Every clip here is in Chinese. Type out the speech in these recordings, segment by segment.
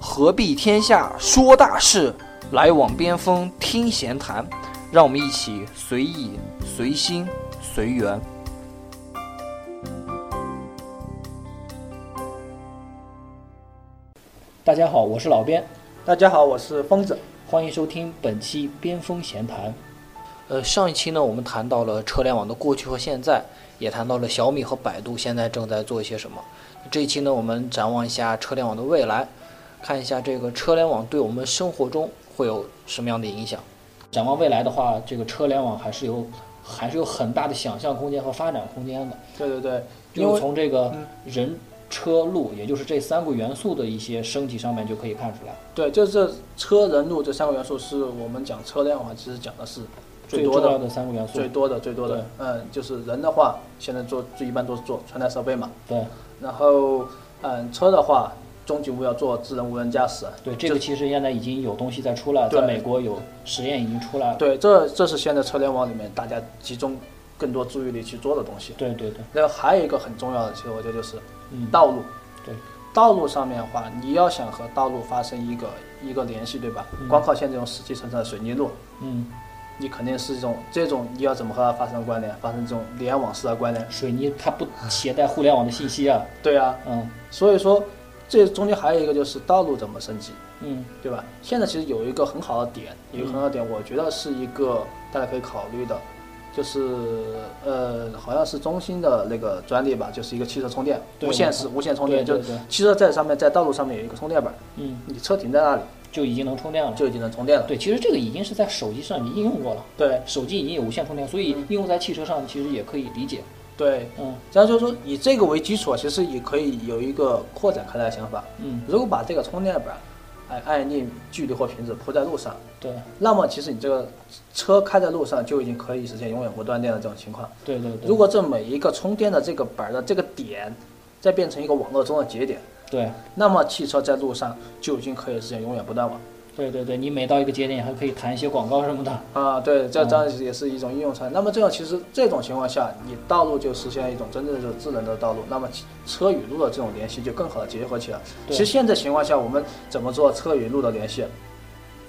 何必天下说大事，来往边锋听闲谈。让我们一起随意、随心、随缘。大家好，我是老边，大家好，我是疯子。欢迎收听本期边锋闲谈。呃，上一期呢，我们谈到了车联网的过去和现在，也谈到了小米和百度现在正在做一些什么。这一期呢，我们展望一下车联网的未来，看一下这个车联网对我们生活中会有什么样的影响。展望未来的话，这个车联网还是有还是有很大的想象空间和发展空间的。对对对，因就为是从这个嗯人、车、路，也就是这三个元素的一些升级上面就可以看出来。对，就是这车、人、路这三个元素是我们讲车辆的话，其实讲的是最最多重要的、的三个元素，最多的、最多的。嗯，就是人的话，现在做最一般都是做穿戴设备嘛。对然后，嗯，车的话，终极目标做智能无人驾驶。对，这个其实现在已经有东西在出来了，对在美国有实验已经出来了。对，这这是现在车联网里面大家集中更多注意力去做的东西。对对对，然后还有一个很重要的，其实我觉得就是嗯，道路。对，道路上面的话，你要想和道路发生一个一个联系，对吧？嗯光靠现在这种死气沉沉的水泥路，嗯，你肯定是这种这种，你要怎么和它发生关联？发生这种联网式的关联？水泥它不携带互联网的信息啊，对啊，嗯所以说这中间还有一个就是道路怎么升级，嗯对吧？现在其实有一个很好的点，有一个很好的点，我觉得是一个大家可以考虑的，就是呃，好像是中兴的那个专利吧，就是一个汽车充电，对无线式无线充对电，就对是对，汽车在上面在道路上面有一个充电板，嗯，你车停在那里就已经能充电了。就已经能充电了。对，其实这个已经是在手机上已经应用过了，对手机已经有无线充电，所以嗯应用在汽车上其实也可以理解。对，嗯然后就是说以这个为基础，啊其实也可以有一个扩展开来的想法。嗯，如果把这个充电板，哎，按定距离或瓶子铺在路上，对那么其实你这个车开在路上就已经可以实现永远不断电的这种情况。对对对，如果这每一个充电的这个板儿的这个点，再变成一个网络中的节点，对那么汽车在路上就已经可以实现永远不断网。对对对，你每到一个节点还可以弹一些广告什么的。啊，对，这嗯当然也是一种应用场景。那么这种其实这种情况下，你道路就实现了一种真正的智能的道路，那么其车与路的这种联系就更好的结合起来。对其实现在情况下，我们怎么做车与路的联系？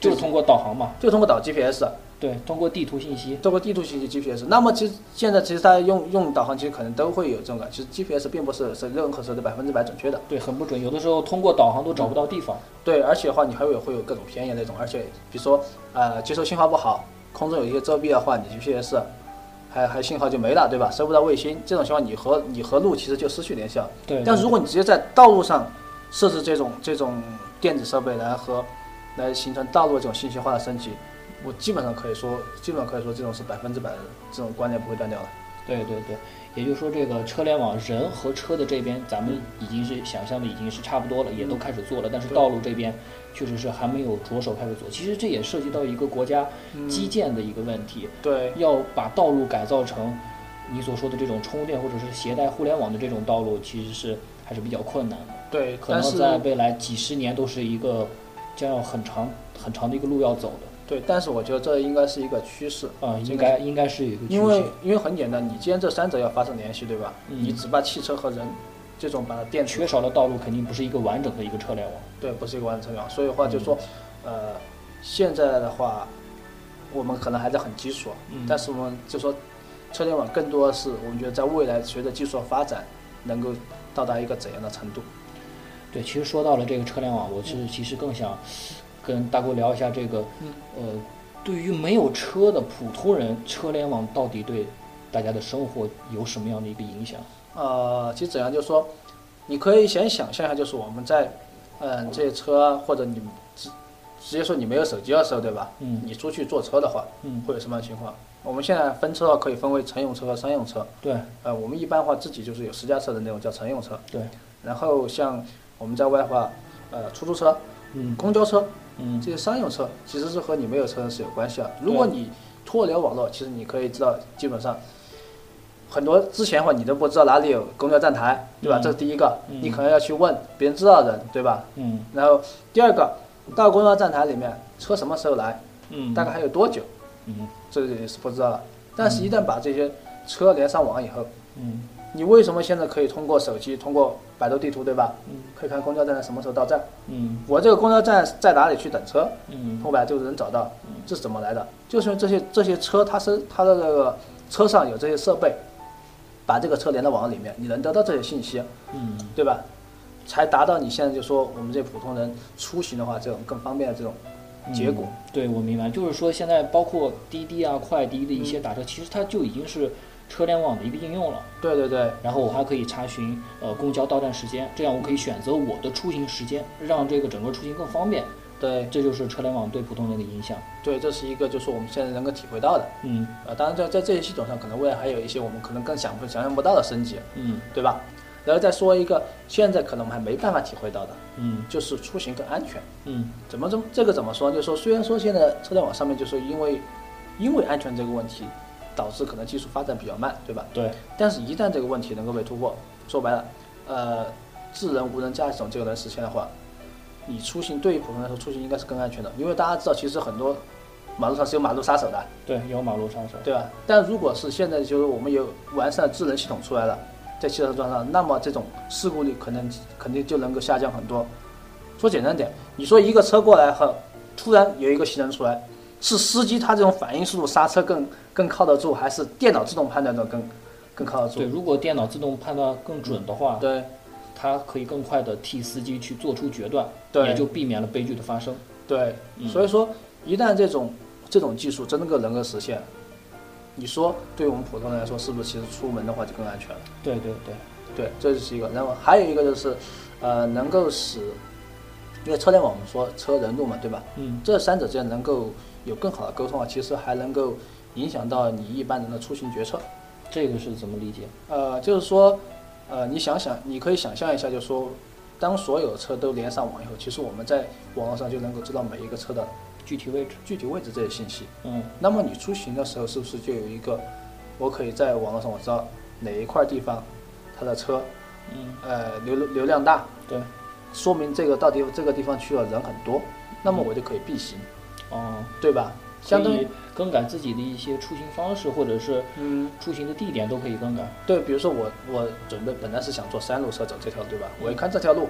就是通过导航嘛，就通过导 GPS，对，通过地图信息，通过地图信息 GPS。那么其实现在其实大家用用导航，其实可能都会有这种感。其实 GPS 并不是是任何时候都百分之百准确的。对，很不准，有的时候通过导航都找不到地方。对，而且的话，你还会有会有各种偏移那种，而且比如说呃接收信号不好，空中有一些遮蔽的话，你 GPS 还还信号就没了，对吧？收不到卫星，这种情况你和你和路其实就失去联系了。对，但对如果你直接在道路上设置这种这种电子设备来和来形成道路这种信息化的升级，我基本上可以说，基本上可以说这种是百分之百的这种观念不会断掉的。对对对，也就是说，这个车联网人和车的这边，咱们已经是想象的已经是差不多了，也都开始做了，但是嗯对道路这边确实是还没有着手开始做。其实这也涉及到一个国家嗯基建的一个问题，对要把道路改造成你所说的这种充电或者是携带互联网的这种道路，其实是还是比较困难的，对，可但能是在未来几十年都是一个将要很长很长的一个路要走的对，但是我觉得这应该是一个趋势。啊、这应个该应该是有一个趋势因为因为很简单，你既然这三者要发生联系，对吧？嗯你只把汽车和人这种把它电缺池，少了道路，肯定不是一个完整的一个车联网。对，不是一个完整成员。所以的话就说，嗯呃，现在的话，我们可能还在很基础，嗯但是我们就说，车联网更多的是我们觉得在未来随着技术的发展，能够到达一个怎样的程度？对，其实说到了这个车联网，我是其实更想跟大哥聊一下这个，嗯呃，对于没有车的普通人，车联网到底对大家的生活有什么样的一个影响？呃，其实怎样就是说，你可以先想象一下，就是我们在，嗯，这些车啊或者你直直接说你没有手机的时候，对吧？嗯你出去坐车的话，嗯，会有什么样的情况？我们现在分车的话可以分为乘用车和商用车。对呃，我们一般的话自己就是有私家车的那种叫乘用车，对，然后像我们在外的话，呃，出租车、嗯公交车嗯这些商用车，其实是和你没有车是有关系的。如果你脱离了网络，其实你可以知道，基本上很多之前的话你都不知道哪里有公交站台，对吧？嗯这是第一个，嗯你可能要去问别人知道的人，对吧？嗯然后第二个，到公交站台里面，车什么时候来，嗯，大概还有多久？嗯这也是不知道了。但是，一旦把这些车连上网以后，嗯你为什么现在可以通过手机，通过百度地图，对吧？嗯，可以看公交站什么时候到站。嗯我这个公交站在哪里去等车，嗯我把这个人找到，这是怎么来的？就是用这些这些车，它是它的这个车上有这些设备，把这个车连到网里面，你能得到这些信息，嗯对吧？才达到你现在就说我们这普通人出行的话，这种更方便的这种结果。嗯对，我明白，就是说现在包括滴滴啊、快滴的一些打车，其实它就已经是车联网的一个应用了。对对对，然后我还可以查询呃公交到站时间，这样我可以选择我的出行时间，让这个整个出行更方便。对这就是车联网对普通人的影响。对，这是一个就是我们现在能够体会到的。嗯呃，当然在在这些系统上，可能未来还有一些我们可能更想不想象不到的升级，嗯对吧？然后再说一个现在可能我们还没办法体会到的，嗯就是出行更安全。嗯怎么这么这个怎么说呢？就是说，虽然说现在车联网上面就是因为因为安全这个问题，导致可能技术发展比较慢，对吧？对，但是，一旦这个问题能够被突破，说白了，呃，智能无人驾驶这个能实现的话，你出行对于普通人来说，出行应该是更安全的，因为大家知道，其实很多马路上是有马路杀手的，对，有马路杀手。对吧？但如果是现在就是我们有完善的智能系统出来了，在汽车装上，那么这种事故率可能肯定就能够下降很多。说简单点，你说一个车过来后，突然有一个行人出来，是司机他这种反应速度刹车更更靠得住，还是电脑自动判断的更更靠得住对，？如果电脑自动判断更准的话，对它可以更快的替司机去做出决断，对也就避免了悲剧的发生。对，嗯所以说一旦这种这种技术真的够能够实现，你说对我们普通人来说，是不是其实出门的话就更安全了？对对对，对，这是一个。然后还有一个就是，呃，能够使，因为车联网我们说车人路嘛，对吧？嗯这三者之间能够有更好的沟通啊，其实还能够影响到你一般人的出行决策。这个是怎么理解？呃，就是说，呃，你想想，你可以想象一下，就是说，当所有车都连上网以后，其实我们在网络上就能够知道每一个车的具体位置？具体位置这些信息。嗯那么你出行的时候，是不是就有一个，我可以在网络上我知道哪一块地方，它的车，嗯，呃，流流量大，对，说明这个到底这个地方去了人很多，那么我就可以避行，哦，对吧？可相当于以更改自己的一些出行方式，或者是嗯，出行的地点都可以更改。对，比如说我我准备本来是想坐山路车走这条路，对吧？我一看这条路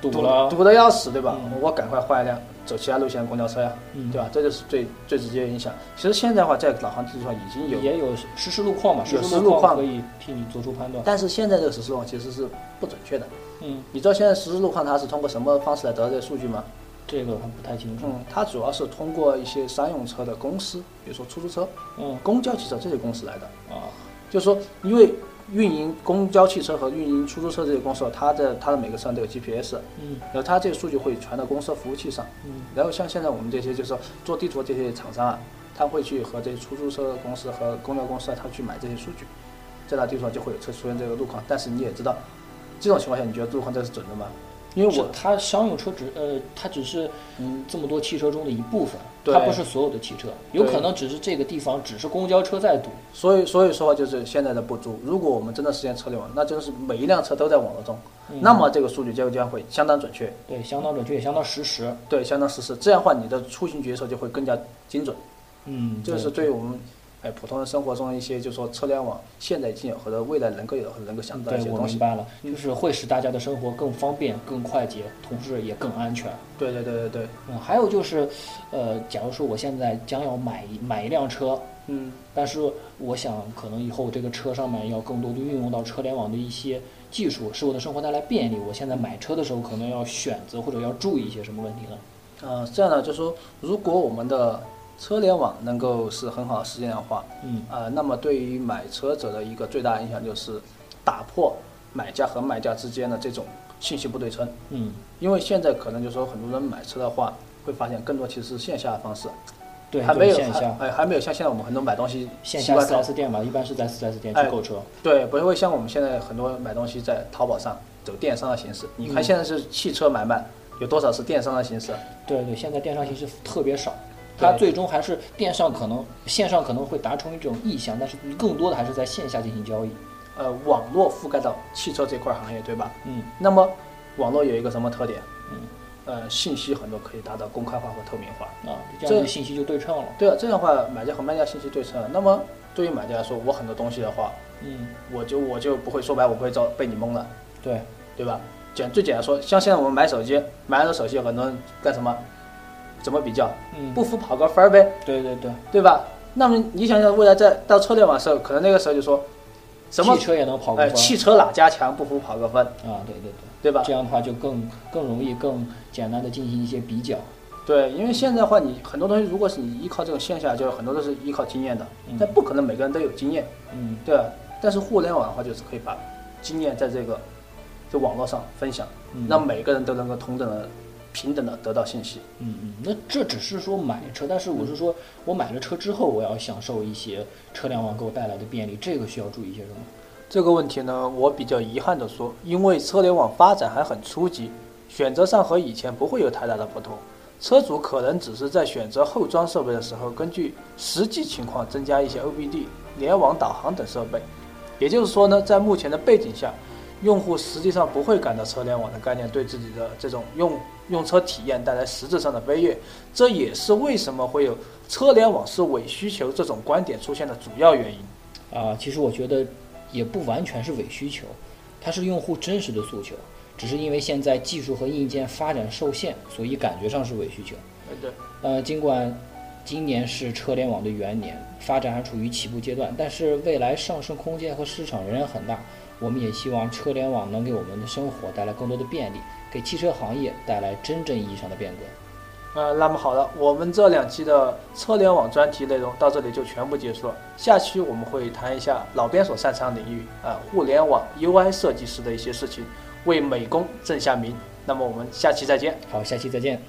堵了，了，堵得要死，对吧？嗯我赶快换一辆走其他路线的公交车呀，嗯对吧？这就是最最直接的影响。其实现在的话，在导航技术上已经有，也有实时路况嘛，实有实时时路况况可以替你做出判断。但是现在这个实时路况其实是不准确的。嗯，你知道现在实时路况它是通过什么方式来得到这些数据吗？这个还不太清楚。嗯，它主要是通过一些商用车的公司，比如说出租车、嗯公交汽车这些公司来的。啊，就是说，因为运营公交汽车和运营出租车这些公司，它的它的每个车上都有 GPS，嗯然后它这个数据会传到公司的服务器上。嗯然后像现在我们这些就是说做地图的这些厂商啊，他会去和这些出租车公司和公交公司啊，他去买这些数据，在那地图上就会有车出现这个路况。但是你也知道，这种情况下你觉得路况这是准的吗？因为是我它商用车只呃，它只是嗯这么多汽车中的一部分，对它不是所有的汽车，有对可能只是这个地方只是公交车在堵。所以所以说就是现在的不足。如果我们真的实现车联网，那就是每一辆车都在网络中，嗯那么这个数据就将会相当准确。对，相当准确，也相当实时。嗯对，相当实时。这样的话，你的出行决策就会更加精准。嗯，这对是对于我们，哎，普通人生活中的一些，就是说车联网现在已经有和未来能够有和能够想到的一些对，我东明西。白了，就是会使大家的生活更方便、更快捷，同时也更安全。对对对对对，嗯，还有就是，呃，假如说我现在将要买一买一辆车，嗯，但是我想，可能以后这个车上面要更多的运用到车联网的一些技术，使我的生活带来便利。我现在买车的时候，可能要选择或者要注意一些什么问题呢？呃，这样呢，就是说，如果我们的车联网能够是很好的实现的话，嗯呃，那么对于买车者的一个最大影响就是打破买家和卖家之间的这种信息不对称。嗯，因为现在可能就是说，很多人买车的话，会发现更多其实是线下的方式，对，还就没有是线下还哎还没有像现在我们很多买东西线习下惯 4S 店吧，一般是在 4S 店哎去购车。对，不会像我们现在很多买东西在淘宝上走电商的形式。你看嗯现在是汽车买卖，有多少是电商的形式？对对，现在电商形式特别少，它对最终还是电商可能线上可能会达成一种意向，但是更多的还是在线下进行交易。呃，网络覆盖到汽车这块行业，对吧？嗯那么网络有一个什么特点？嗯，呃信息很多可以达到公开化和透明化。啊，这样的信息就对称了。对啊，这样的话买家和卖家信息对称了。那么对于买家来说，我很多东西的话，嗯，我就我就不会说白，我不会遭被你蒙了，对，对吧？简最简单说，像现在我们买手机，买完了手机很多人干什么？怎么比较？嗯，不服跑个分儿呗，对对对，对吧？那么你想想，未来在到车联网的时候，可能那个时候就说，什么汽车也能跑个哎，分、汽车哪家强，不服跑个分，啊，对对对，对吧？这样的话就更更容易、更简单的进行一些比较。对，因为现在的话，你很多东西，如果是你依靠这种线下，就是很多都是依靠经验的，但不可能每个人都有经验，嗯，对吧？但是互联网的话，就是可以把经验在这个就网络上分享，嗯让每个人都能够同等的、平等的得到信息。嗯嗯，那这只是说买车，但是我是说，我买了车之后，我要享受一些车联网给我带来的便利，这个需要注意些什么？这个问题呢，我比较遗憾的说，因为车联网发展还很初级，选择上和以前不会有太大的不同。车主可能只是在选择后装设备的时候，根据实际情况增加一些 OBD、联网导航等设备。也就是说呢，在目前的背景下，用户实际上不会感到车联网的概念对自己的这种用用车体验带来实质上的飞跃。这也是为什么会有“车联网是伪需求”这种观点出现的主要原因。啊，其实我觉得也不完全是伪需求，它是用户真实的诉求，只是因为现在技术和硬件发展受限，所以感觉上是伪需求。呃，对。呃，尽管今年是车联网的元年，发展还处于起步阶段，但是未来上升空间和市场仍然很大。我们也希望车联网能给我们的生活带来更多的便利，给汽车行业带来真正意义上的变革。呃，那么好了，我们这两期的车联网专题内容到这里就全部结束了。下期我们会谈一下老边所擅长领域啊、互联网 UI 设计师的一些事情，为美工正下名。那么我们下期再见。好，下期再见。